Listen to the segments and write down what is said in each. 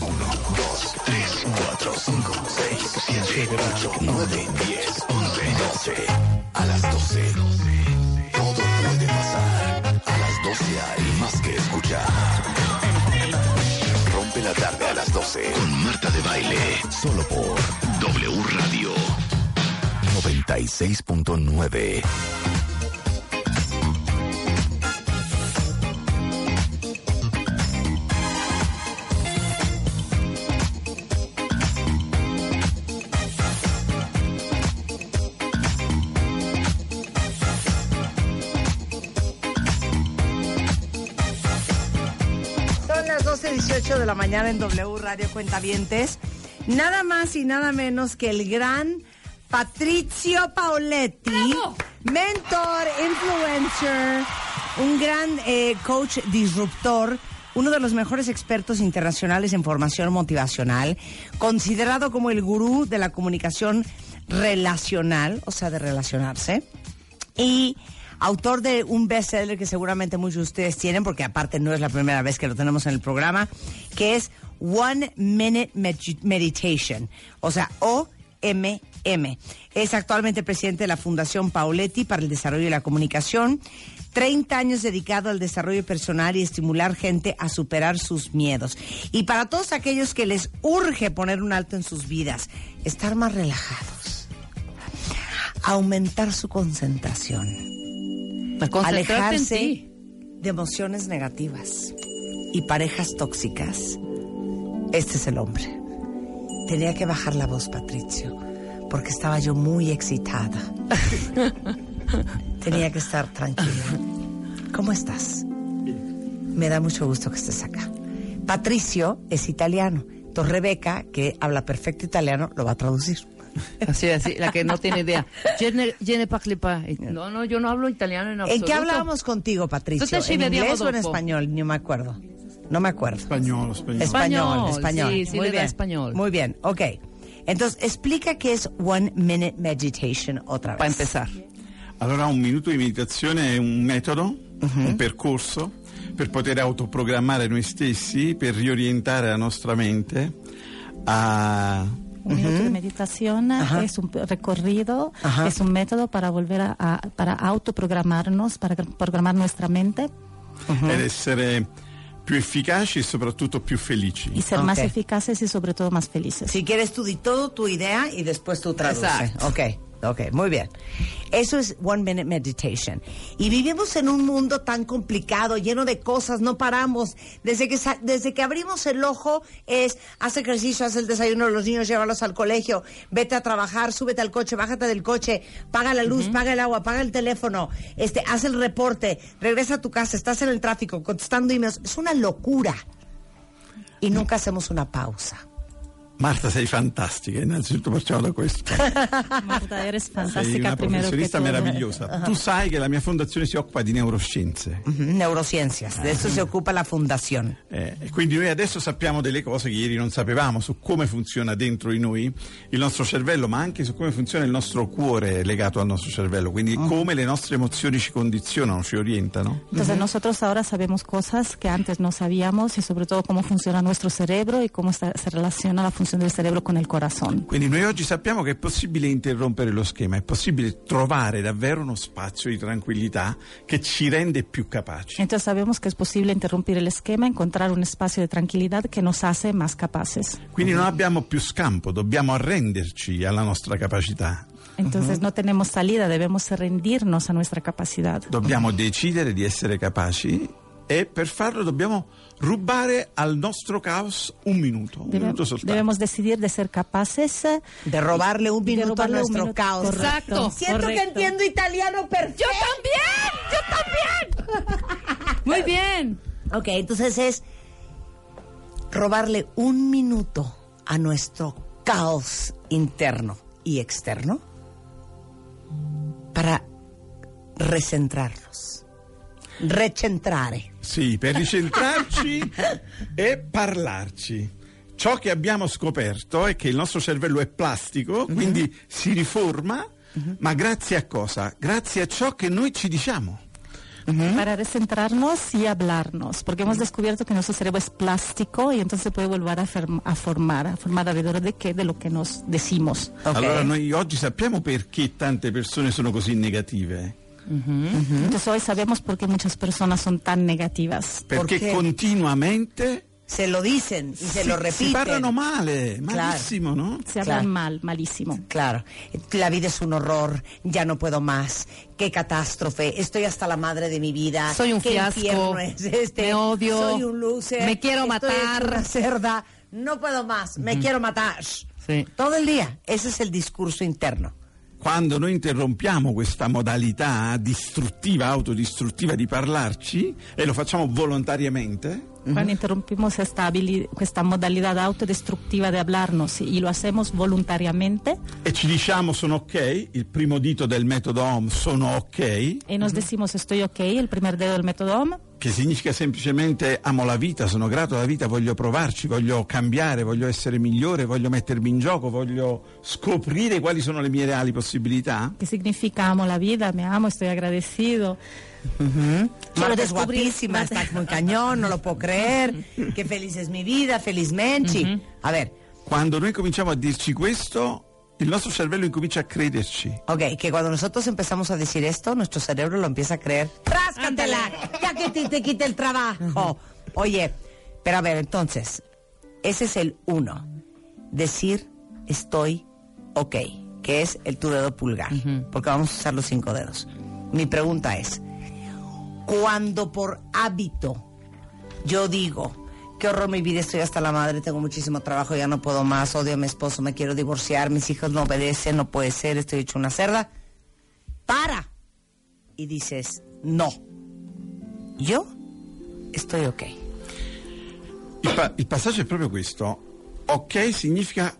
1, 2, 3, 4, 5, 6, 7, 8, 9, 10, 11, 12. A las 12, todo puede pasar. A las 12 hay más que escuchar. Rompe la tarde a las 12 con Marta de Baile, solo por W Radio 96.9. Son las 12.18 de la mañana en W Radio Cuentavientes. Nada más y nada menos que el gran Patrizio Paoletti, mentor, influencer, un gran eh, coach disruptor, uno de los mejores expertos internacionales en formación motivacional, considerado como el gurú de la comunicación relacional, o sea, de relacionarse y autor de un bestseller que seguramente muchos de ustedes tienen, porque aparte no es la primera vez que lo tenemos en el programa, que es One Minute Med- Meditation, o sea, OMM. Es actualmente presidente de la Fundación Pauletti para el Desarrollo y la Comunicación. 30 años dedicado al desarrollo personal y estimular gente a superar sus miedos. Y para todos aquellos que les urge poner un alto en sus vidas, estar más relajados aumentar su concentración, Concentrarte en alejarse ti. de emociones negativas y parejas tóxicas. Este es el hombre. Tenía que bajar la voz, Patricio, porque estaba yo muy excitada. Tenía que estar tranquila. ¿Cómo estás? Me da mucho gusto que estés acá. Patricio es italiano. Entonces Rebeca, que habla perfecto italiano, lo va a traducir. Así, así, la que no tiene idea. Je ne- je ne parle pas. eh, No, no, yo no hablo italiano en absoluto. ¿En qué hablábamos contigo, Patricio? Entonces, sí, ¿En le inglés diamos o en dopo. español? No me acuerdo. No me acuerdo. Español, Eh español. Español, Español, español. sí, sí Muy le da bien. español. Muy bien, ok. Entonces, explica qué es One Minute Meditation otra vez. Para empezar. Allora un minuto di meditazione è un metodo, un percorso per poter autoprogrammare noi stessi, per riorientare la nostra mente a... Un minuto de meditación es un recorrido, Ajá. es un método para volver a, a- para autoprogramarnos, para gr- programar nuestra mente ed essere più efficaci e soprattutto più felici. y ser más Ok. eficaces y sobre todo más felices. Si quieres, tú di todo tu idea y después tú traduce. Exacto. Ok, ok, muy bien. Eso es One Minute Meditation. Y vivimos en un mundo tan complicado, lleno de cosas, no paramos. Desde que, sa- desde que abrimos el ojo es, haz ejercicio, haz el desayuno de los niños, llévalos al colegio, vete a trabajar, súbete al coche, bájate del coche, paga la luz, paga el agua, paga el teléfono, este, haz el reporte, regresa a tu casa, estás en el tráfico, contestando emails. Es una locura. Y nunca hacemos una pausa. Marta sei fantastica, innanzitutto partiamo da questo. Marta, eres sei fantástica una primero que professionista todo. meravigliosa. Tu sai che la mia fondazione si occupa di neuroscienze. Ujú, Neurociencias, de eso se ocupa la fundación. Eh, e quindi noi adesso sappiamo delle cose che ieri non sapevamo su come funziona dentro di noi il nostro cervello, ma anche su come funziona il nostro cuore legato al nostro cervello, quindi come le nostre emozioni ci condizionano, ci orientano. Entonces nosotros ahora sabemos cosas que antes no sabíamos y sobre todo cómo funciona nuestro cerebro y cómo se, se relaciona la función del cerebro con el corazón. Quindi noi oggi sappiamo che è possibile interrompere lo schema, è possibile trovare davvero uno spazio di tranquillità che ci rende più capaci. Entonces sabemos que es posible interrumpir el esquema, encontrar un espacio de tranquilidad que nos hace más capaces. Quindi non abbiamo più scampo, dobbiamo arrenderci alla nostra capacità. Entonces no tenemos salida, debemos rendirnos a nuestra capacidad. Dobbiamo decidere di essere capaci e per farlo dobbiamo rubare al nostro caos un minuto, un Debe- minuto soltanto. debemos decidir de ser capaces. eh, De robarle un de minuto robarle a un nuestro minuto. caos. Correcto, Exacto. Siento que correcto. entiendo italiano perfecto. ¡Yo también! ¡Yo también! Muy bien. Ok, entonces es robarle un minuto a nuestro caos interno y externo para recentrarnos. eh. Recentrare. Sì, per ricentrarci e parlarci. Ciò che abbiamo scoperto è che il nostro cervello è plastico, Mhm. quindi si riforma, ma grazie a cosa? Grazie a ciò che noi ci diciamo. para recentrarnos y hablarnos, porque hemos descubierto que nuestro cerebro es plástico y entonces se puede volver a, ferm- a formar, a formar alrededor de qué, de lo que nos decimos. Ok. Allora noi oggi sappiamo perché tante persone sono così negative, Entonces hoy sabemos por qué muchas personas son tan negativas. perché Perché? continuamente Se lo dicen y se si- lo si, repiten. parlano male, Claro. malissimo, no? Se hablan Claro. mal, malísimo. Claro, la vida es un horror, ya no puedo más, qué catástrofe, estoy hasta la madre de mi vida. Soy un qué fiasco, infierno es este, me odio, soy un loser, me quiero estoy hecho matar. una cerda, no puedo más, me quiero matar. Sí. Todo el día, ese es el discurso interno. Quando noi interrompiamo questa modalità distruttiva, autodistruttiva di parlarci e lo facciamo volontariamente, Cuando interrumpimos esta, habili- esta modalidad autodestructiva de hablarnos y lo hacemos voluntariamente e ci diciamo sono ok, il primo dito del metodo OM sono ok, y nos decimos estoy ok, el primer dedo del método OM, che significa semplicemente amo la vita, sono grato alla vita, voglio provarci, voglio cambiare, voglio essere migliore, voglio mettermi in gioco, voglio scoprire quali sono le mie reali possibilità. que significa amo la vida, me amo, estoy agradecido. Quiero Marta es descubrir- guapísima, Marta- está muy cañón, no lo puedo creer, qué feliz es mi vida, felizmente. A ver, Quando noi cominciamo a dirci questo, il nostro cervello incomincia a crederci. ok, que cuando nosotros empezamos a decir esto, nuestro cerebro lo empieza a creer. ¡Tráscatela! ¡Ya que te, te quite el trabajo! Oye, pero a ver, entonces, ese es el uno. Decir estoy ok, que es el tu dedo pulgar, porque vamos a usar los cinco dedos. Mi pregunta es, cuando por hábito yo digo, qué horror mi vida, estoy hasta la madre, tengo muchísimo trabajo, ya no puedo más, odio a mi esposo, me quiero divorciar, mis hijos no obedecen, no puede ser, estoy hecho una cerda. Para. Y dices, no. Yo estoy ok. Il, pa- il passaggio è proprio questo. Ok significa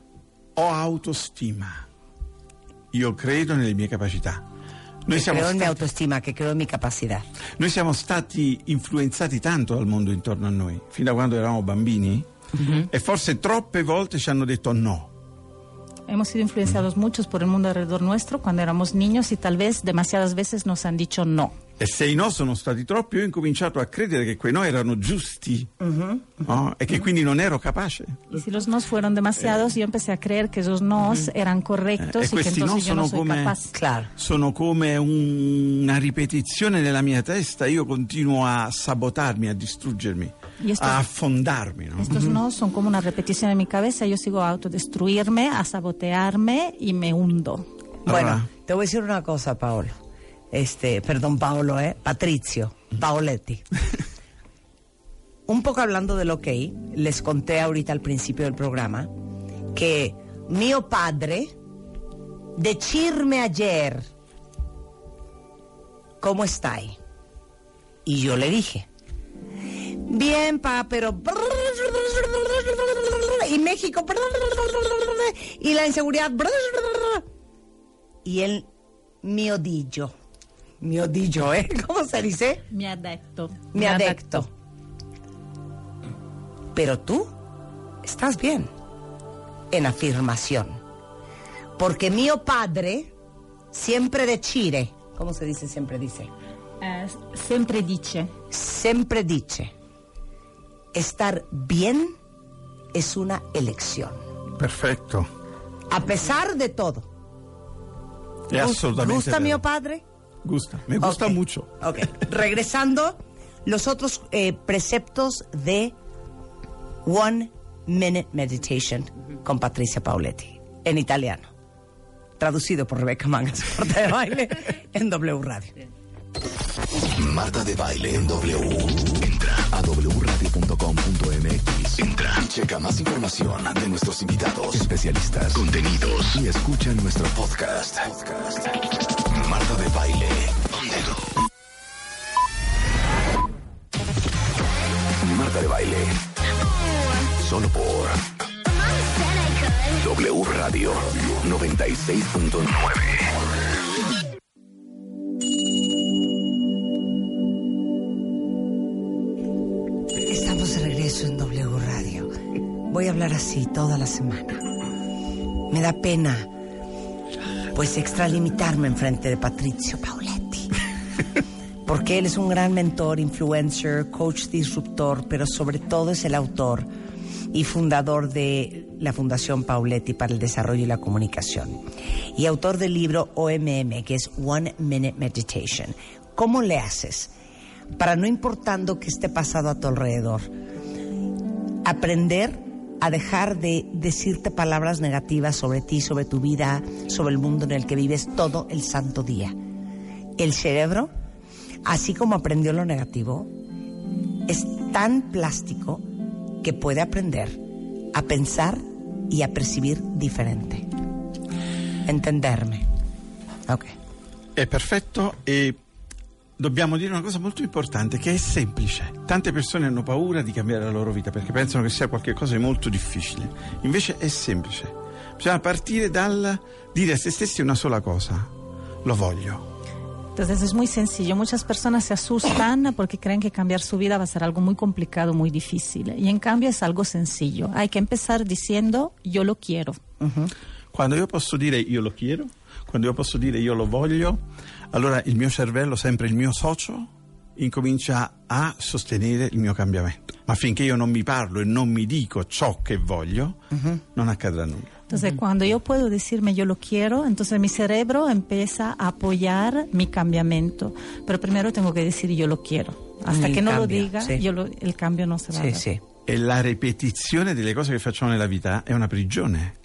ho autostima. Io credo nelle mie capacità. Noi Que siamo, creo en mi stati, autoestima, que creo en mi capacidad. noi siamo stati influenzati tanto dal mondo intorno a noi, fin da quando eravamo bambini, e forse troppe volte ci hanno detto no. Hemos sido influenciados muchos por el mundo alrededor nuestro cuando éramos niños y tal vez demasiadas veces nos han dicho no. E se i no sono stati troppi, io ho incominciato a credere che quei no erano giusti no? e che quindi non ero capace. Y si los nos fueron demasiados, yo empecé a creer que esos nos eran correctos Eh, y que questi no entonces yo no sono soy come- capaz. Claro. sono come un- una ripetizione nella mia testa, io continuo a sabotarmi, a distruggermi, Io sto- a affondarmi. no? Estos no son como una repetición en mi cabeza, yo sigo a autodestruirme, a sabotearme y me hundo. Bueno, Ahora. te voy a decir una cosa, Paolo. Este, perdón, Paolo, ¿eh? Patricio, Paoletti. Un poco hablando del ok, les conté ahorita al principio del programa que mio padre decirme ayer, ¿cómo estáis? Y yo le dije, Bien, pa, pero... Y México... Y la inseguridad... Y el miodillo. Miodillo, ¿eh? ¿Cómo se dice? Me adapto. Mi adecto. Pero tú estás bien. En afirmación. Porque mio padre siempre decide... ¿Cómo se dice siempre dice? Ah, siempre dice. siempre dice, estar bien es una elección, Perfetto. a pesar de todo. È ¿Gus- assolutamente ¿Gusta vero. mio padre? Gusta. Me gusta Ok, mucho. Ok, regresando, los otros eh, preceptos de One Minute Meditation con Patricia Pauletti, en italiano, traducido por Rebeca Mangas, corte de baile, en W Radio. Marta de Baile en W. Entra a wradio.com.mx. Entra y checa más información de nuestros invitados, especialistas, contenidos y escucha nuestro podcast. Podcast. Marta de Baile. Marta de Baile. Solo por W Radio 96.9. Estamos de regreso en W Radio. Voy a hablar así toda la semana. Me da pena, pues, extralimitarme en frente de Patricio Pauletti. Porque él es un gran mentor, influencer, coach disruptor, pero sobre todo es el autor y fundador de la Fundación Pauletti para el Desarrollo y la Comunicación. Y autor del libro OMM, que es One Minute Meditation. ¿Cómo le haces? para no importando que esté pasado a tu alrededor, aprender a dejar de decirte palabras negativas sobre ti, sobre tu vida, sobre el mundo en el que vives todo el santo día. El cerebro, así como aprendió lo negativo, es tan plástico que puede aprender a pensar y a percibir diferente. Entenderme. Ok. È perfetto e dobbiamo dire una cosa molto importante che è semplice. Tante persone hanno paura di cambiare la loro vita perché pensano che sia qualcosa di molto difficile. Invece è semplice. Bisogna partire dal dire a se stessi una sola cosa. Lo voglio. Entonces es muy sencillo. Muchas personas se asustan porque creen que cambiar su vida va a ser algo muy complicado, muy difícil. Y en cambio es algo sencillo. Hay que empezar diciendo yo lo quiero. Quando io posso dire io lo chiedo, quando io posso dire io lo voglio, allora il mio cervello, sempre il mio socio, incomincia a sostenere il mio cambiamento. Ma finché io non mi parlo e non mi dico ciò che voglio, non accadrà nulla. Entonces cuando yo puedo decirme yo lo quiero, entonces mi cerebro empieza a apoyar mi cambiamiento. Pero primero tengo que decir yo lo quiero. Hasta El que no lo cambio, diga, sí. yo lo- el cambio no se va a Sí, dar. sí. E la ripetizione delle cose che facciamo nella vita è una prigione.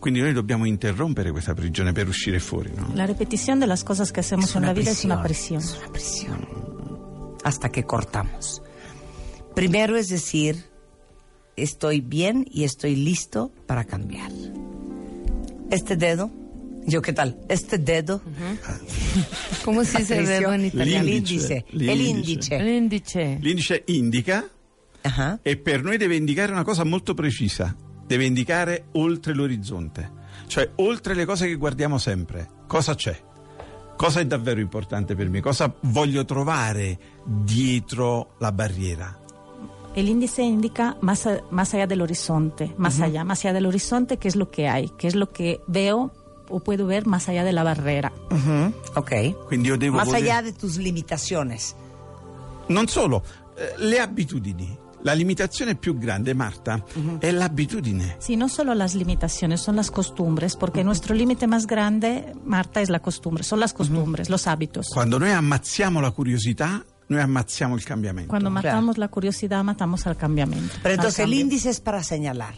Quindi noi dobbiamo interrompere questa prigione per uscire fuori, no? La repetición de las cosas que hacemos en la vida es una presión. Es una prisión. Hasta que cortamos. Primero es decir, estoy bien y estoy listo para cambiar. Este dedo, yo qué tal, este dedo, ¿Cómo se dice Patricio, verbo en italiano? el L'indice, índice, el l'indice. índice. El índice. L'indice indica Ajá. e per noi deve indicare una cosa molto precisa, deve indicare oltre l'orizzonte, cioè oltre le cose che guardiamo sempre, cosa c'è, cosa è davvero importante per me, cosa voglio trovare dietro la barriera. El índice indica más, a- más allá del horizonte, más allá, más allá del horizonte, qué es lo que hay, qué es lo que veo o puedo ver más allá de la barrera. ujú, Ok. Quindi io devo... Más voler- allá de tus limitaciones. Non solo, eh, le abitudini. La limitazione più grande, Marta, è l'abitudine. Sí, no solo las limitaciones, son las costumbres, porque nuestro límite más grande, Marta, es la costumbre, son las costumbres, los hábitos. Quando noi ammazziamo la curiosità, noi ammazziamo il cambiamento. Cuando Claro. matamos la curiosidad, matamos al cambiamiento. Pero al entonces el cambio. índice es para señalar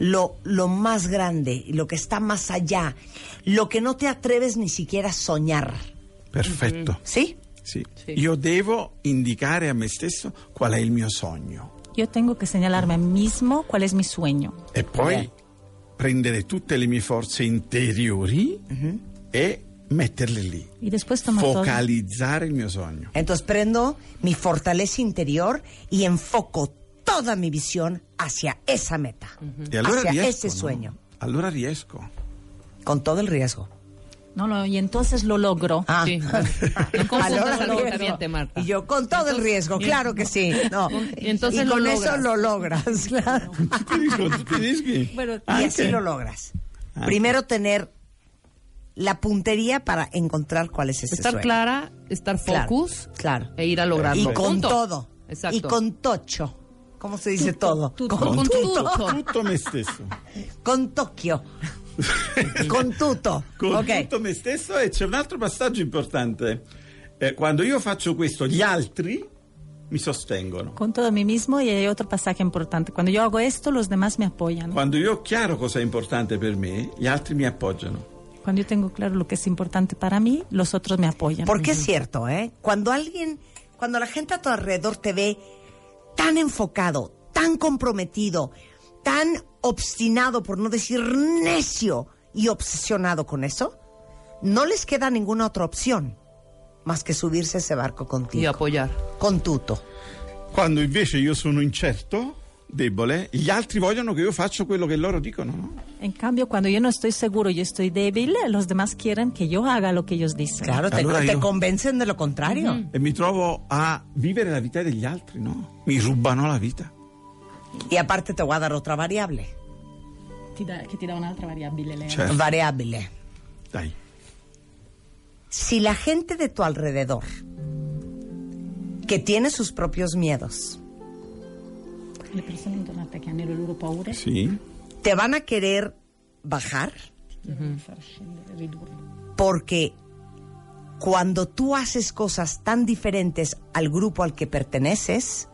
lo, lo más grande, lo que está más allá, lo que no te atreves ni siquiera a soñar. Perfetto. ¿Sí? Sì. Sì. Io devo indicare a me stesso qual è il mio sogno Yo tengo que señalarme a mí mismo cuál es mi sueño. e poi prendere tutte le mie forze interiori Mhm. e metterle lì. Y después tomo todo. Focalizzare il mio sogno. Entonces prendo mi fortaleza interior y enfoco toda mi visión hacia esa meta, E allora hacia riesco. Ah, ese no? sueño, Allora riesco. con todo el riesgo. No, no, y entonces lo logro. Ah. Sí. No confundas Valora al el riesgo. aguacamiente, Marta. Y yo con todo el riesgo, claro que sí. No. Y entonces Y lo con eso logras. lo logras, claro. Ti dico, ti rischi? Y Anche. así lo logras. Ah, Primero tener la puntería para encontrar cuál es ese Estar sueño. clara, estar Claro, focus claro. e ir a lograrlo. Y con Punto. todo. Exacto. Y con tocho. ¿Cómo se dice todo? tutto. con, Con tuto. tutto. Tutto me stesso. Con Tokio. con tuto. Con ok. tutto me stesso e c'è un altro passaggio importante. Eh, quando io faccio questo, gli altri mi sostengono. Con todo a mí mismo y hay otro pasaje importante. Cuando yo hago esto, los demás me apoyan. Quando io ho chiaro cosa è importante per me, gli altri mi appoggiano. Cuando yo tengo claro lo que es importante para mí, los otros me apoyan. Porque es cierto, ¿eh? Cuando alguien, cuando la gente a tu alrededor te ve tan enfocado, tan comprometido, tan obstinado, por no decir necio y obsesionado con eso, no les queda ninguna otra opción más que subirse a ese barco Y contigo, apoyar. con tuto. Quando invece io sono incerto, debole, gli altri vogliono che io faccia quello che loro dicono. no? En cambio, cuando yo no estoy seguro, yo estoy débil, los demás quieren que yo haga lo que ellos dicen. Claro, te, Allora te io- convencen de lo contrario. E mi trovo a vivere la vita degli altri, no? Mi rubano la vita. Y aparte te voy a dar otra variable. que tira una otra variable. Certo. Variable. Dai. Si la gente de tu alrededor, que tiene sus propios miedos, Le persone intorno a te che hanno le loro paure, Sì. te van a querer bajar, far scendere, ridurlo. porque cuando tú haces cosas tan diferentes al grupo al que perteneces,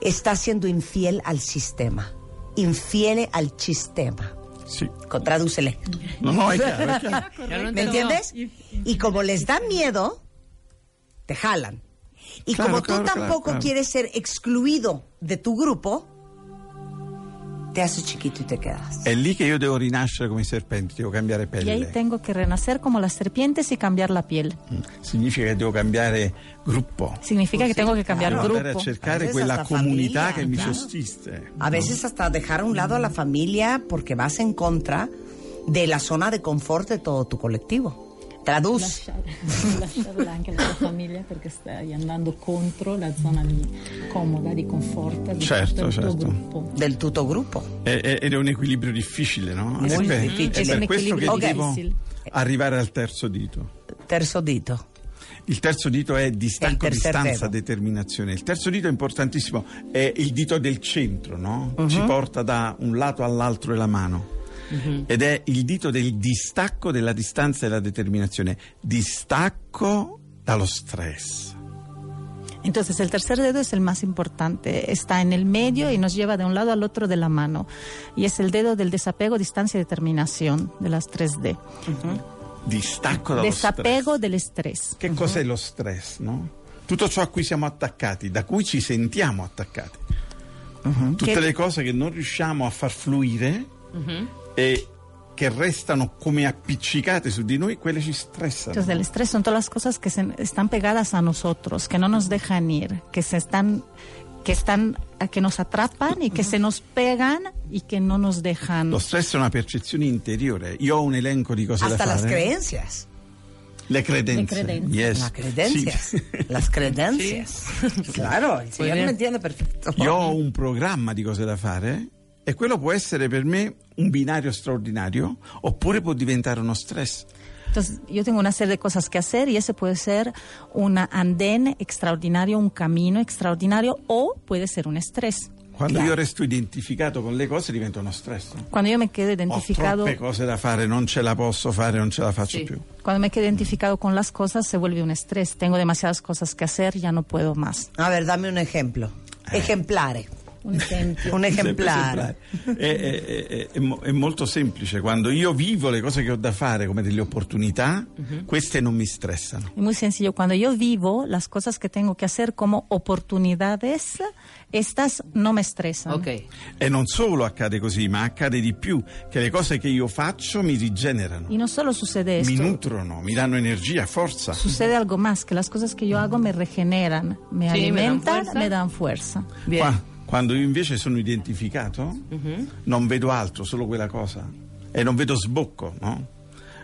estás siendo infiel al sistema, infiel al sistema. Sì. Co- Tradúcele. No, no, è chiaro, è chiaro. Ya lo ¿Me entendió. entiendes? Y como les da miedo, te jalan. Y Claro, como tú claro, claro, tampoco claro. quieres ser excluido de tu grupo, te haces chiquito y te quedas. È lì che io devo rinascere come i serpenti, devo cambiare Y ahí pelle. tengo que renacer como las serpientes y cambiar la piel. Mm. Significa che devo cambiare gruppo. Significa que tengo que cambiar Devo andare a grupo. cercare Adesso quella sta comunità famiglia, che mi claro. sostiste. A veces hasta dejar a un lado a la familia porque vas en contra de la zona de confort de todo tu colectivo. Traduz. lasciarla anche la tua famiglia perché stai andando contro la zona di comoda, di conforto di tutto il Certo, tuo certo. gruppo. Del tuto grupo. Mm. È- è- Ed è un equilibrio difficile, no? Molto Ed è per- difficile. È Un per questo che equilibrio devo difficile. arrivare al terzo dito. Terzo dito. Il terzo dito è È distacco, il terzer dedo. distanza, determinazione. Il terzo dito è importantissimo, è il dito del centro, no? Ci porta da un lato all'altro della mano. Ed è il dito del distacco, della distanza e della determinazione. Distacco dallo stress. Entonces el tercer dedo es el más importante, está en el medio y nos lleva de un lado al otro de la mano. Y es el dedo del desapego, distancia y determinación de las 3D. Distacco dallo Desapego stress. del estrés. Che cos'è lo stress, no? Tutto ciò a cui siamo attaccati, da cui ci sentiamo attaccati. Tutte Che- le cose che non riusciamo a far fluire e che restano come appiccicate su di noi, quelle ci stressano. Entonces el estrés son todas las cosas que se- están pegadas a nosotros, que no nos dejan ir, que se están que están que nos atrapan y que se nos pegan y que no nos dejan. Lo stress è una percezione interiore. Io ho un elenco di cose Hasta da las fare. creencias. le credenze. Le credenze. Yes. Las credencias. Sì. Las credencias. Claro, el señor bien. me entiende perfecto. Io ho un programma di cose da fare e quello può essere per me un binario straordinario oppure può diventare uno stress. Entonces, yo tengo una serie de cosas que hacer y ese puede ser un andén extraordinario, un camino extraordinario o puede ser un estrés. Quando io resto identificato con le cose diventa uno stress. no? Cuando yo me quedo Ho identificado, troppe cose da fare, non ce la posso fare, non ce la faccio Sì. più. cuando me quedo identificado con las cosas se vuelve un estrés. Tengo demasiadas cosas que hacer, ya no puedo más. A ver, dame un ejemplo. Ejemplare. Un esempio. Un ejemplar. Sempre esemplare. È, è- è- è mo- è molto semplice, quando io vivo le cose che ho da fare come delle opportunità, queste non mi stressano. Y muy sencillo, cuando yo vivo las cosas que tengo que hacer como oportunidades, estas no me estresan. Ok. E non solo accade così, ma accade di più, che le cose che io faccio mi rigenerano, Y no solo sucede mi esto. nutrono, mi danno energia, forza. Sucede algo más, que las cosas que yo hago me regeneran, me Sí, me dan alimentan, fuerza. me dan fuerza. Bien. Qua- quando io invece sono identificato, non vedo altro, solo quella cosa. E non vedo sbocco, no?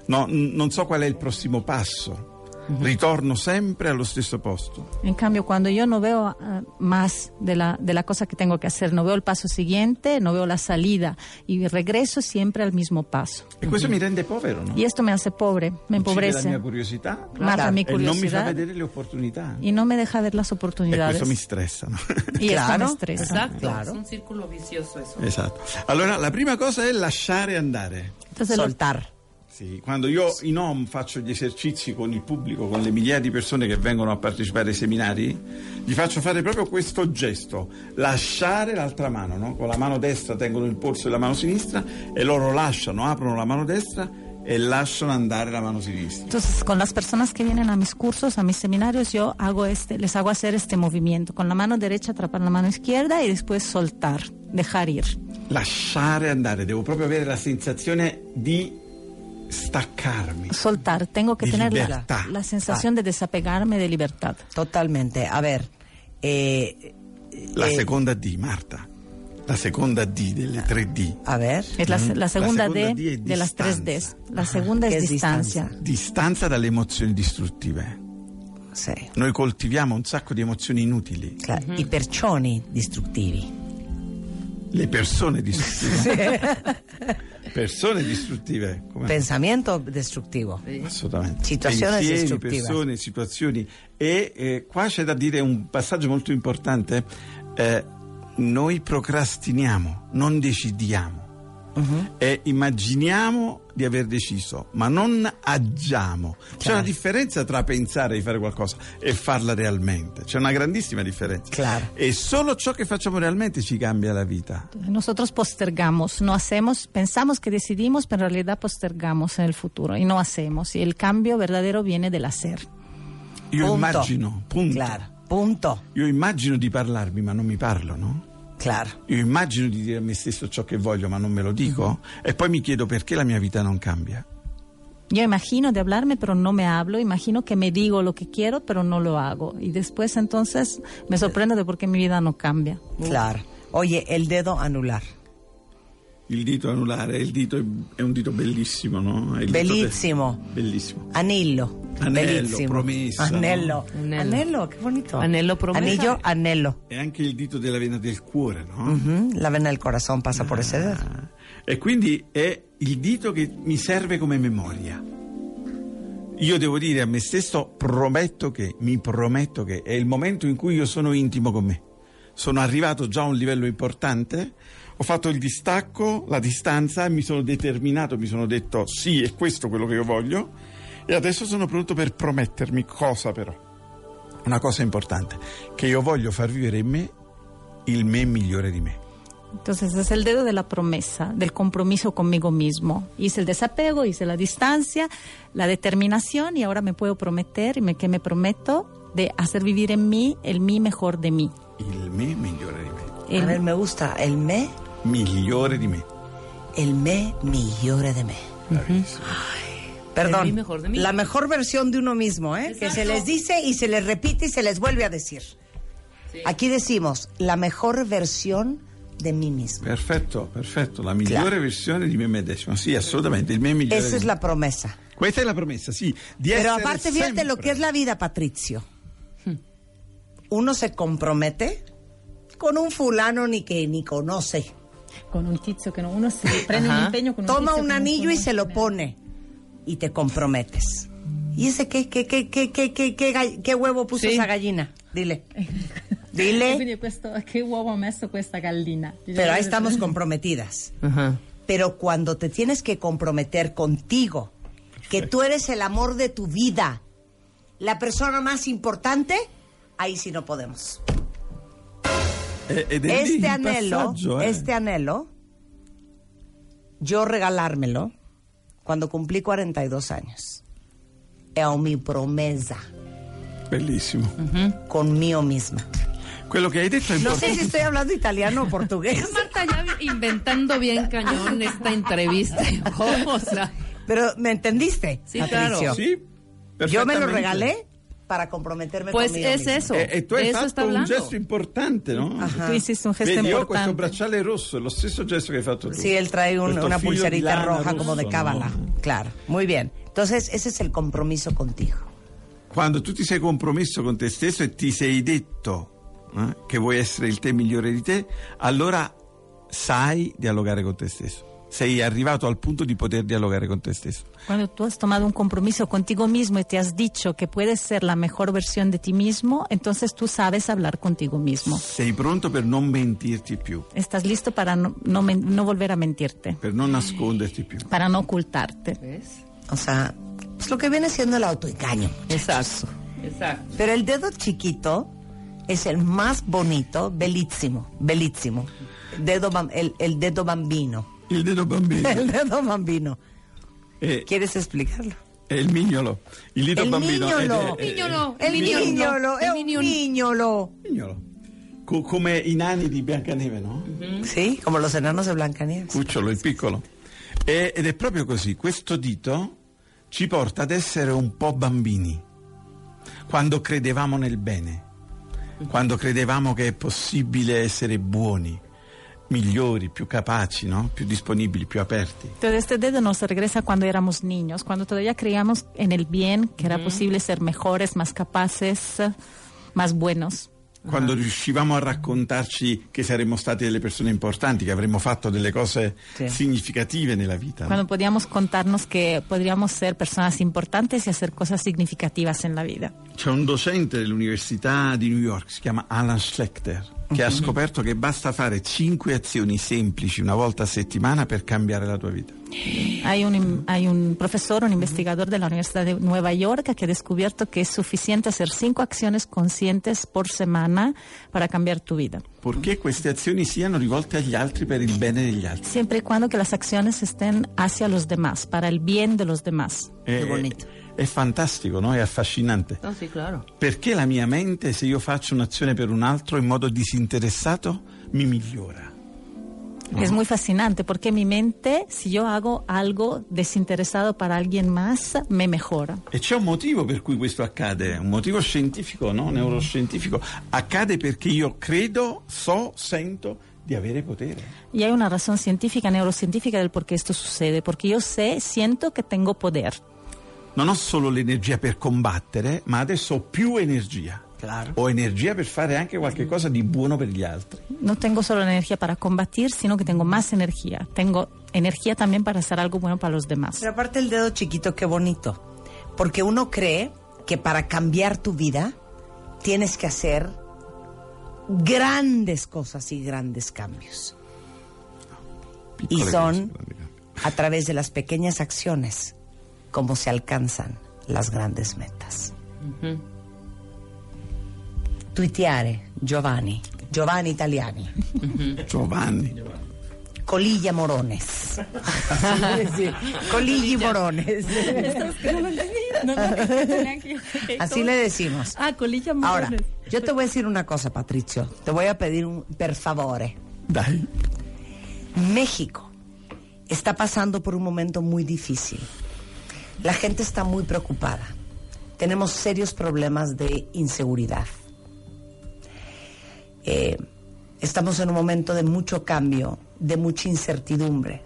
No, n- non so qual è il prossimo passo. Ritorno sempre allo stesso posto. En cambio, cuando yo no veo ah, más de la, de la cosa que tengo que hacer, no veo el paso siguiente, no veo la salida y regreso siempre al mismo paso. E questo Mhm. mi rende povero, no? Y esto me hace pobre, me Uccide la mia empobrece, curiosità mata e non mi mi fa curiosidad vedere le opportunità. y no me deja ver las E oportunidades. questo mi stressa, no? Y esto Claro. me estresa. Exacto. Claro. Es un círculo vicioso eso. esatto. Allora, la prima cosa è lasciare andare. Entonces, lo- Soltar. Sì, quando io in OM faccio gli esercizi con il pubblico, con le migliaia di persone che vengono a partecipare ai seminari, gli faccio fare proprio questo gesto, lasciare l'altra mano, no? con la mano destra tengono il polso della mano sinistra e loro lasciano, aprono la mano destra e lasciano andare la mano sinistra. Entonces, con las personas que vienen a mis cursos, a mis seminarios, yo hago este, les hago hacer este movimiento. Con la mano derecha atrapar la mano izquierda y después soltar, dejar ir. Lasciare andare, devo proprio avere la sensazione di staccarmi. Soltar, tengo que Y tener la, libertad. la sensación de desapegarme de libertad. Totalmente. A ver, eh, La eh, seconda D, Marta. La seconda D delle tre D. A ver. Es la, la La seconda seconda D D es de las tres Ds. distanza. La segunda que es es distancia. Distanza dalle emozioni distruttive. Sì. Noi coltiviamo un sacco di emozioni inutili. Cla- I percioni distruttivi. Le persone distruttive. persone distruttive. Come? Pensamiento distruttivo. Assolutamente. Situazione Pensieri, distruttiva. persone, situazioni. E eh, qua c'è da dire un passaggio molto importante. Eh, noi procrastiniamo, non decidiamo. Mhm. E immaginiamo di aver deciso, ma non agiamo. C'è Chiaro. una differenza tra pensare di fare qualcosa e farla realmente. C'è una grandissima differenza. Claro. E solo ciò che facciamo realmente ci cambia la vita. Nosotros postergamos, no hacemos, pensamos que decidimos, pero en realidad postergamos en el futuro y no hacemos. Y el cambio verdadero viene del hacer. Io Punto. immagino, punto. Claro. Punto. Io immagino di parlarmi, ma non mi parlo, no? Claro. Io immagino di dire a me stesso ciò che voglio, ma non me lo dico, e poi mi chiedo perché la mia vita non cambia. Yo imagino de hablarme, pero no me hablo. Imagino que me digo lo que quiero, pero no lo hago. Y después entonces me sorprendo de por qué mi vida no cambia. Claro. Oye, el dedo anular. Il dito anulare, il dito è- è un dito bellissimo, no? È il dito de- Bellissimo. bellissimo. Anillo. Anello, Bellissimo. promessa, no? Anello. Anello. Anello, che bonito. Anello, promessa. Anillo, anello. È anche il dito della vena del cuore, no? Mm, La vena del corazón pasa por ese dedo. Ah, E quindi è il dito che mi serve come memoria. Io devo dire a me stesso, prometto che, mi prometto che, è il momento in cui io sono intimo con me. Sono arrivato già a un livello importante, ho fatto il distacco, la distanza, mi sono determinato, mi sono detto sì, è questo quello che io voglio e adesso sono pronto per promettermi cosa però. Una cosa importante, che io voglio far vivere in me il me migliore di me. Entonces es el dedo de la promesa, del compromiso conmigo mismo. Hice el desapego, hice la distancia, la determinación y ahora me puedo prometer y me, que me prometo de hacer vivir en mí el mí mejor de mí. Il me migliore di me. El- A ver, me gusta el me, migliore di me. el me migliore de me. Perdón, mí mejor de mí. la mejor versión de uno mismo, ¿eh? que se les dice y se les repite y se les vuelve a decir. Aquí decimos, la mejor versión de mí mismo. Perfetto, perfetto, la migliore Claro. versione di me medesimo. Sì, assolutamente, il me migliore. Esa di es me. la promesa. Questa è la promessa, sì. Di Pero essere aparte, fíjate lo sempre- que es la vida, Patricio. Uno se compromete con un fulano ni que ni conoce. Con un tizio che non uno si prende Ajá. un impegno con un Toma tizio un che non anillo y conosce se lo bene. pone y te comprometes. ¿Y ese qué, qué, qué, qué, qué, qué, qué, gall- qué huevo puso Sí. esa gallina? Dile. E Dile. Quindi questo, che uovo ha messo questa gallina? Pero ahí estamos comprometidas. Ajá. Pero cuando te tienes que comprometer contigo, que tú eres el amor de tu vida, la persona más importante, ahí sí no podemos. Eh, ed è lì il Este anhelo, passaggio, eh. este anhelo, yo regalármelo cuando cumplí 42 años. Es mi promesa Bellissimo. conmigo misma. Quello che hai detto è No importante. sé si estoy hablando italiano o portugués, Marta ya inventando bien cañón esta entrevista. ¿Cómo? O sea, pero ¿me entendiste, Sí, Patricio? claro. Sì, Yo me lo perfettamente. regalé para comprometerme pues conmigo es misma. eso. E, e tu de hai eso está fatto un hablando. gesto importante, no? Ajá. Tú hiciste Ah, un gesto Vedi, io ho questo importante. bracciale rosso, è lo stesso gesto che hai fatto tu. Sí, él trae un- Questo una filo di pulserita lana roja como de rosso, cábala. no? Claro, muy bien. Entonces, ese es el compromiso contigo. Quando tu ti sei compromesso con te stesso e ti sei detto eh, che vuoi essere il te migliore di te, allora sai dialogare con te stesso. Sei arrivato al punto di poter dialogare con te stesso. Cuando tú has tomado un compromiso contigo mismo y te has dicho que puedes ser la mejor versión de ti mismo, entonces tú sabes hablar contigo mismo. Sei pronto per non mentirti più, Estás listo para no, no men- no volver a mentirte, per non nasconderti più. para no ocultarte. ¿Ves? O sea, es lo que viene siendo el autoengaño. Exacto. Exacto. Pero el dedo chiquito es el más bonito, bellísimo, bellísimo. Dedo bam- el, el dedo bambino. Il dedo bambino El dedo bambino. è, ¿Quieres explicarlo? Eh, è il mignolo. Il dito El bambino eh, mignolo. è- è- è- Mignolo. è- El El niño, niñolo, no. es El un niño. niñolo. mignolo. Co- come i nani di Biancaneve, no? Sí, como los enanos de Blancanieves. Cucciolo, il piccolo. E- ed è proprio così, questo dito ci porta ad essere un po' bambini, quando credevamo nel bene. quando credevamo che è possibile essere buoni, migliori, più capaci, no? più disponibili, più aperti. Entonces este dedo nos regresa cuando éramos niños, cuando todavía creíamos en el bien, que era posible ser mejores, más capaces, más buenos. Quando riuscivamo a raccontarci che saremmo stati delle persone importanti, che avremmo fatto delle cose Sì. significative nella vita. no? Cuando podíamos contarnos que podríamos ser personas importantes y hacer cosas significativas en la vida. C'è un docente dell'Università di New York, si chiama Alan Schlechter, che ha scoperto che basta fare 5 azioni semplici una volta a settimana per cambiare la tua vita. Hay un, hay un profesor, un investigador de la Universidad de Nueva York que ha descubierto que es suficiente hacer cinco acciones conscientes por semana para cambiar tu vida. Purché queste azioni siano rivolte agli altri per il bene degli altri. Siempre y cuando que las acciones estén hacia los demás, para el bien de los demás. È, bonito. è fantastico, no? È affascinante. No, sí, claro. Perché la mia mente, se io faccio un'azione per un altro in modo disinteressato, mi migliora. Es muy fascinante porque mi mente, si yo hago algo desinteresado para alguien más, me mejora. E c'è un motivo per cui questo accade, un motivo scientifico, no? neuroscientifico. Accade perché io credo, so, sento di avere potere. Y hay una razón científica, neurocientífica del por qué esto sucede, porque yo sé, siento que tengo poder. Non ho solo l'energia per combattere, ma adesso ho più energia. Ho energia per fare anche qualche cosa di buono per gli altri. No tengo solo la energía para combatir, sino que tengo más energía. Tengo energía también para hacer algo bueno para los demás. Pero aparte el dedo chiquito, qué bonito. Porque uno cree que para cambiar tu vida tienes que hacer grandes cosas y grandes cambios. Y Piccole son cose, grandi. a través de las pequeñas acciones como se alcanzan las grandes metas. Tuiteare Giovanni, Giovanni Italiani, Giovanni. Colilla Morones. Colilli Morones. Así le decimos. Ah, colilla Ahora, yo te voy a decir una cosa, Patricio. Te voy a pedir un per favore. Dai. México está pasando por un momento muy difícil. La gente está muy preocupada. Tenemos serios problemas de inseguridad. Eh, estamos en un momento de mucho cambio, de mucha incertidumbre.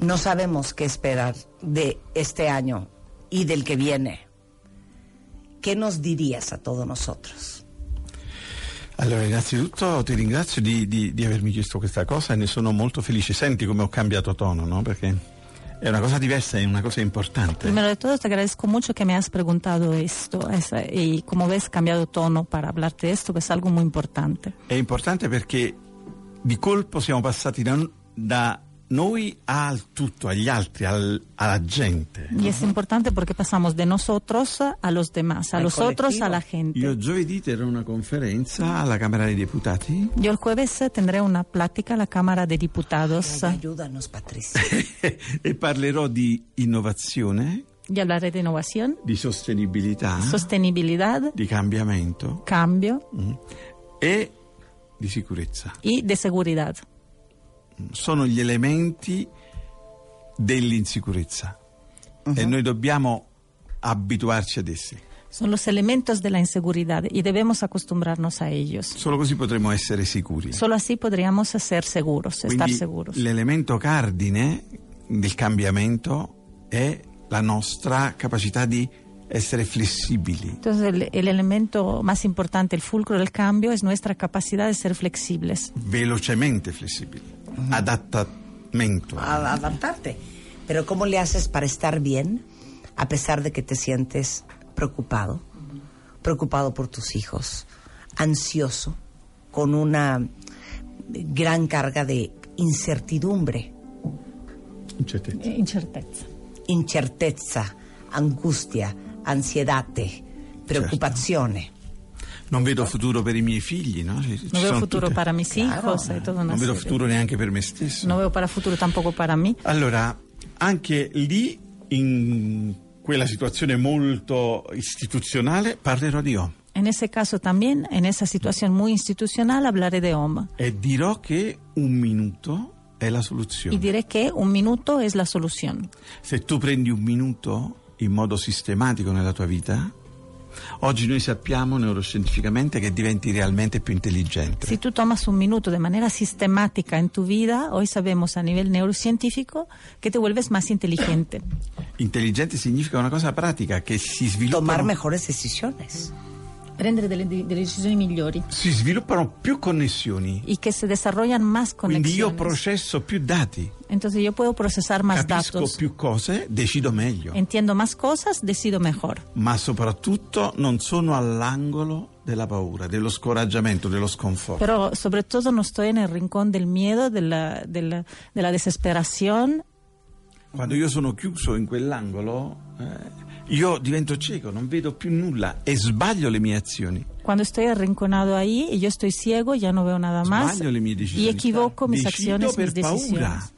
No sabemos qué esperar de este año y del que viene. ¿Qué nos dirías a todos nosotros? Allora, innanzitutto ti ringrazio di, di- di avermi chiesto questa cosa e ne sono molto felice. Senti come ho cambiato tono, no? Perché è una cosa diversa, è una cosa importante. Primero de todo, te agradezco mucho que me has preguntado esto. Es, eh, y como ves, he cambiado tono para hablarte de esto, que es algo muy importante. È importante perché di colpo siamo passati da, da noi al tutto, agli altri, al- alla gente. Y es importante porque pasamos de nosotros a los demás, a Al los otros, colectivo. a la gente. Io giovedì terrò una conferenza alla Camera dei Deputati Yo el jueves eh, tendré una plática a la Cámara de Diputados Ay, ayúdanos, Patricia. e parlerò di innovazione, y hablaré de innovación, di sostenibilità, sostenibilidad, di cambiamento cambio mm, e di sicurezza. y de seguridad. Sono gli elementi dell'insicurezza e noi dobbiamo abituarci ad essi. Son los elementos de la inseguridad y debemos acostumbrarnos a ellos. Solo così potremo essere sicuri. Solo así podríamos ser seguros, estar Quindi seguros. l'elemento cardine del cambiamento è la nostra capacità di essere flessibili, Entonces el, el elemento más importante, el fulcro del cambio, es nuestra capacidad de ser flexibles. velocemente flessibili, adattamento. a adaptarte. Pero ¿cómo le haces para estar bien a pesar de que te sientes preocupado? Preocupado por tus hijos, ansioso, con una gran carga de incertidumbre, Incertezza. incerteza, angustia, ansiedad, preocupaciones. Non vedo futuro per i miei figli, no? Ci- ci No veo sono futuro tutte- para mis hijos, hay toda una Non vedo serie. futuro neanche per me stesso. No veo para futuro tampoco para mí. Allora, anche lì, in quella situazione molto istituzionale, parlerò di OM En ese caso también, en esa situación muy institucional, hablaré de OMA e dirò che un minuto è la y soluzione. diré que un minuto es la solución. Se tu prendi un minuto in modo sistematico nella tua vita, Oggi noi sappiamo neuroscientificamente che diventi realmente più intelligente. Si tú tomas un minuto de manera sistemática en tu vida, hoy sabemos a nivel neurocientífico que te vuelves más inteligente. Intelligente significa una cosa pratica che si sviluppano, Tomar mejores decisiones. Prendere delle, di- delle decisioni migliori. si sviluppano più connessioni. y que se desarrollan más Quindi io conexiones. processo più dati, Entonces yo puedo procesar más capisco datos, più cose, decido meglio, entiendo más cosas, decido mejor. ma soprattutto non sono all'angolo della paura, dello scoraggiamento, dello sconforto. Pero sobre todo no estoy en el rincón del miedo, de la, de la, de la desesperación. Quando io sono chiuso in quell'angolo, eh, io divento cieco, non vedo più nulla e sbaglio le mie azioni. Cuando estoy arrinconado ahí y yo estoy ciego, ya no veo nada más Sbaglio le mie decisioni. y equivoco mis Decido acciones, per mis paura. decisiones.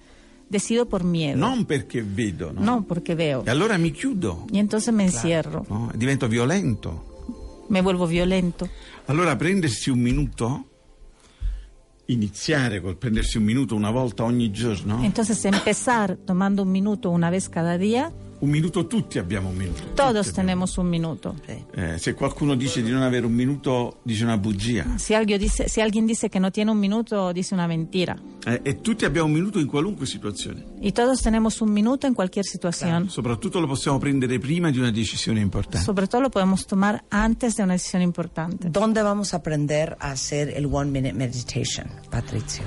Decido por miedo, Non perché vedo, no? no porque veo. E allora mi chiudo, Y entonces me encierro, no? E divento violento. me vuelvo violento. Allora prendersi un minuto, iniziare col prendersi un minuto una volta ogni giorno, Entonces empezar tomando un minuto una vez cada día, un minuto tutti abbiamo un minuto. todos tutti abbiamo. tenemos un minuto. Eh, se qualcuno dice di non avere un minuto dice una bugia Si alguien, dice, si alguien dice que no tiene un minuto, dice una mentira. Eh, e tutti abbiamo un minuto in qualunque situazione. Y todos tenemos un minuto en cualquier situación. Soprattutto lo possiamo prendere prima di una decisione importante. Sobre todo lo podemos tomar antes de una decisión importante. ¿Dónde vamos a aprender a hacer el One Minute Meditation, Patricio?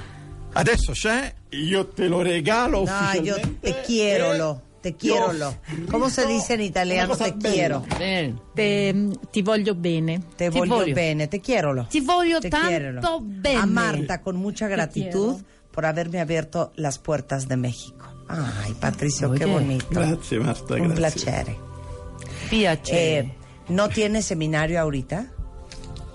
Adesso c'è, io te lo regalo No, yo ufficialmente. te quiero, Eh, lo. Te ti ho quiero, lo. ¿Cómo se dice en una italiano? cosa Te bella. quiero. Ven. Te, ti voglio bene. Te Ti voglio voglio. bene, te quiero, lo. Ti voglio Te tanto quiero, lo. bene. A Marta, con mucha gratitud quiero. por haberme abierto las puertas de México. Ay, Patricio, qué Oye. bonito. Grazie Marta, Un grazie. placer. Piace. Eh, ¿No tiene seminario ahorita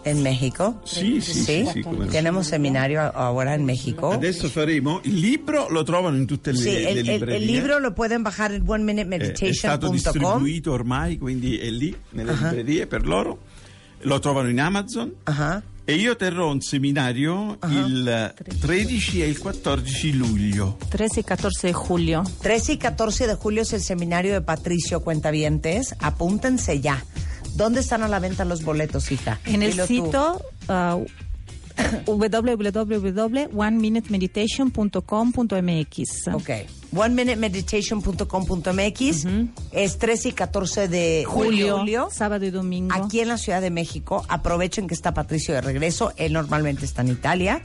en México? Sì, sì, sì, sì, come no. Tenemos seminario a- ahora en México. Adesso faremo il libro, lo trovano in tutte le, Sí, le el, el- el librerie. libro lo pueden bajar en Eh, è stato oneminutemeditation.com. distribuito ormai, quindi è lì nelle Uh-huh. librerie per loro. Lo trovano in Amazon. Ajá. E io terrò un seminario Ah. il 13 e il 14 luglio. 13 y 14 de julio. 13 y 14 de julio es el seminario de Patricio Cuentavientes. Apúntense ya. ¿Dónde están a la venta los boletos, hija? En el Dilo tú. sitio uh, www.oneminutemeditation.com.mx. Ok. OneMinuteMeditation.com.mx es 13 y 14 de Julio, julio. sábado y domingo. Aquí en la Ciudad de México. Aprovechen que está Patricio de regreso. Él normalmente está en Italia,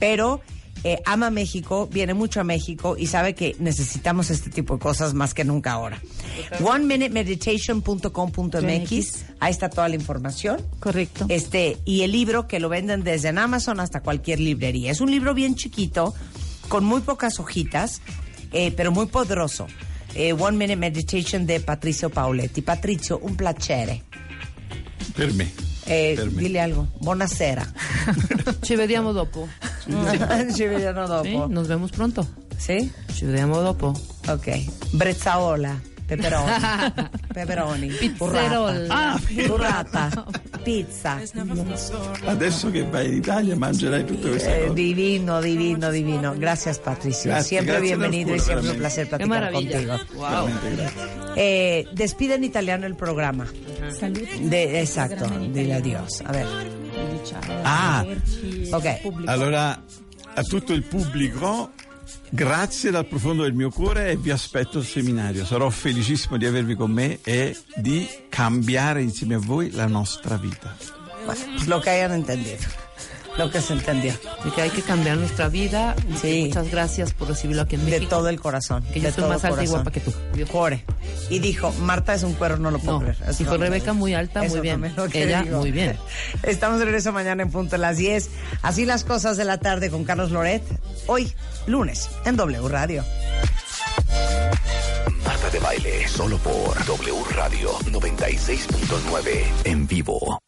pero eh, ama México, viene mucho a México y sabe que necesitamos este tipo de cosas más que nunca ahora. OneMinuteMeditation.com.mx. Ahí está toda la información. Correcto. Este, y el libro que lo venden desde en Amazon hasta cualquier librería. Es un libro bien chiquito, con muy pocas hojitas, eh, pero muy poderoso. Eh, One Minute Meditation de Patricio Pauletti. Patricio, un piacere. Per me. Eh, Per me. dile algo. Buonasera. Ci vediamo dopo. Ci vediamo Sì? dopo. Nos vemos pronto. Sì? Ci vediamo dopo. Ok. Brezzaola. Peperoni. Peperoni. Burrata. Ah, Burrata. Pizza. Adesso che vai in Italia mangerai tutte queste Eh, cose. divino, divino, divino. Gracias, Patricio. Gracias, siempre gracias a bienvenido y siempre un oscuro, placer realmente. qué platicar contigo. maravilla. Wow. Veramente grazie. Eh, despide en italiano el programa. Salute. De, exacto, Programma in dile italiano. adiós. A ver. E Diciamo, Ah. arrivederci, Ok. pubblico. Allora, a tutto il pubblico, grazie dal profondo del mio cuore e vi aspetto al seminario. Sarò felicissimo di avervi con me e di cambiare insieme a voi la nostra vita. Bueno, pues lo que hayan entendido. Lo que se entendió. De que hay que cambiar nuestra vida. Sí. Muchas gracias por recibirlo aquí en De México. todo el corazón. Que yo de soy todo más alta y corazón. guapa que tú. Dios. Jore. Y dijo, Marta es un cuero, no lo puedo No, creer. Eso dijo no me lo Rebeca, muy alta, Eso muy bien. no me lo Ella, creo. muy bien. Estamos de regreso mañana en punto a las 10. Así las cosas de la tarde con Carlos Loret. Hoy, lunes, en W Radio. Marta de Baile, solo por W Radio 96.9, en vivo.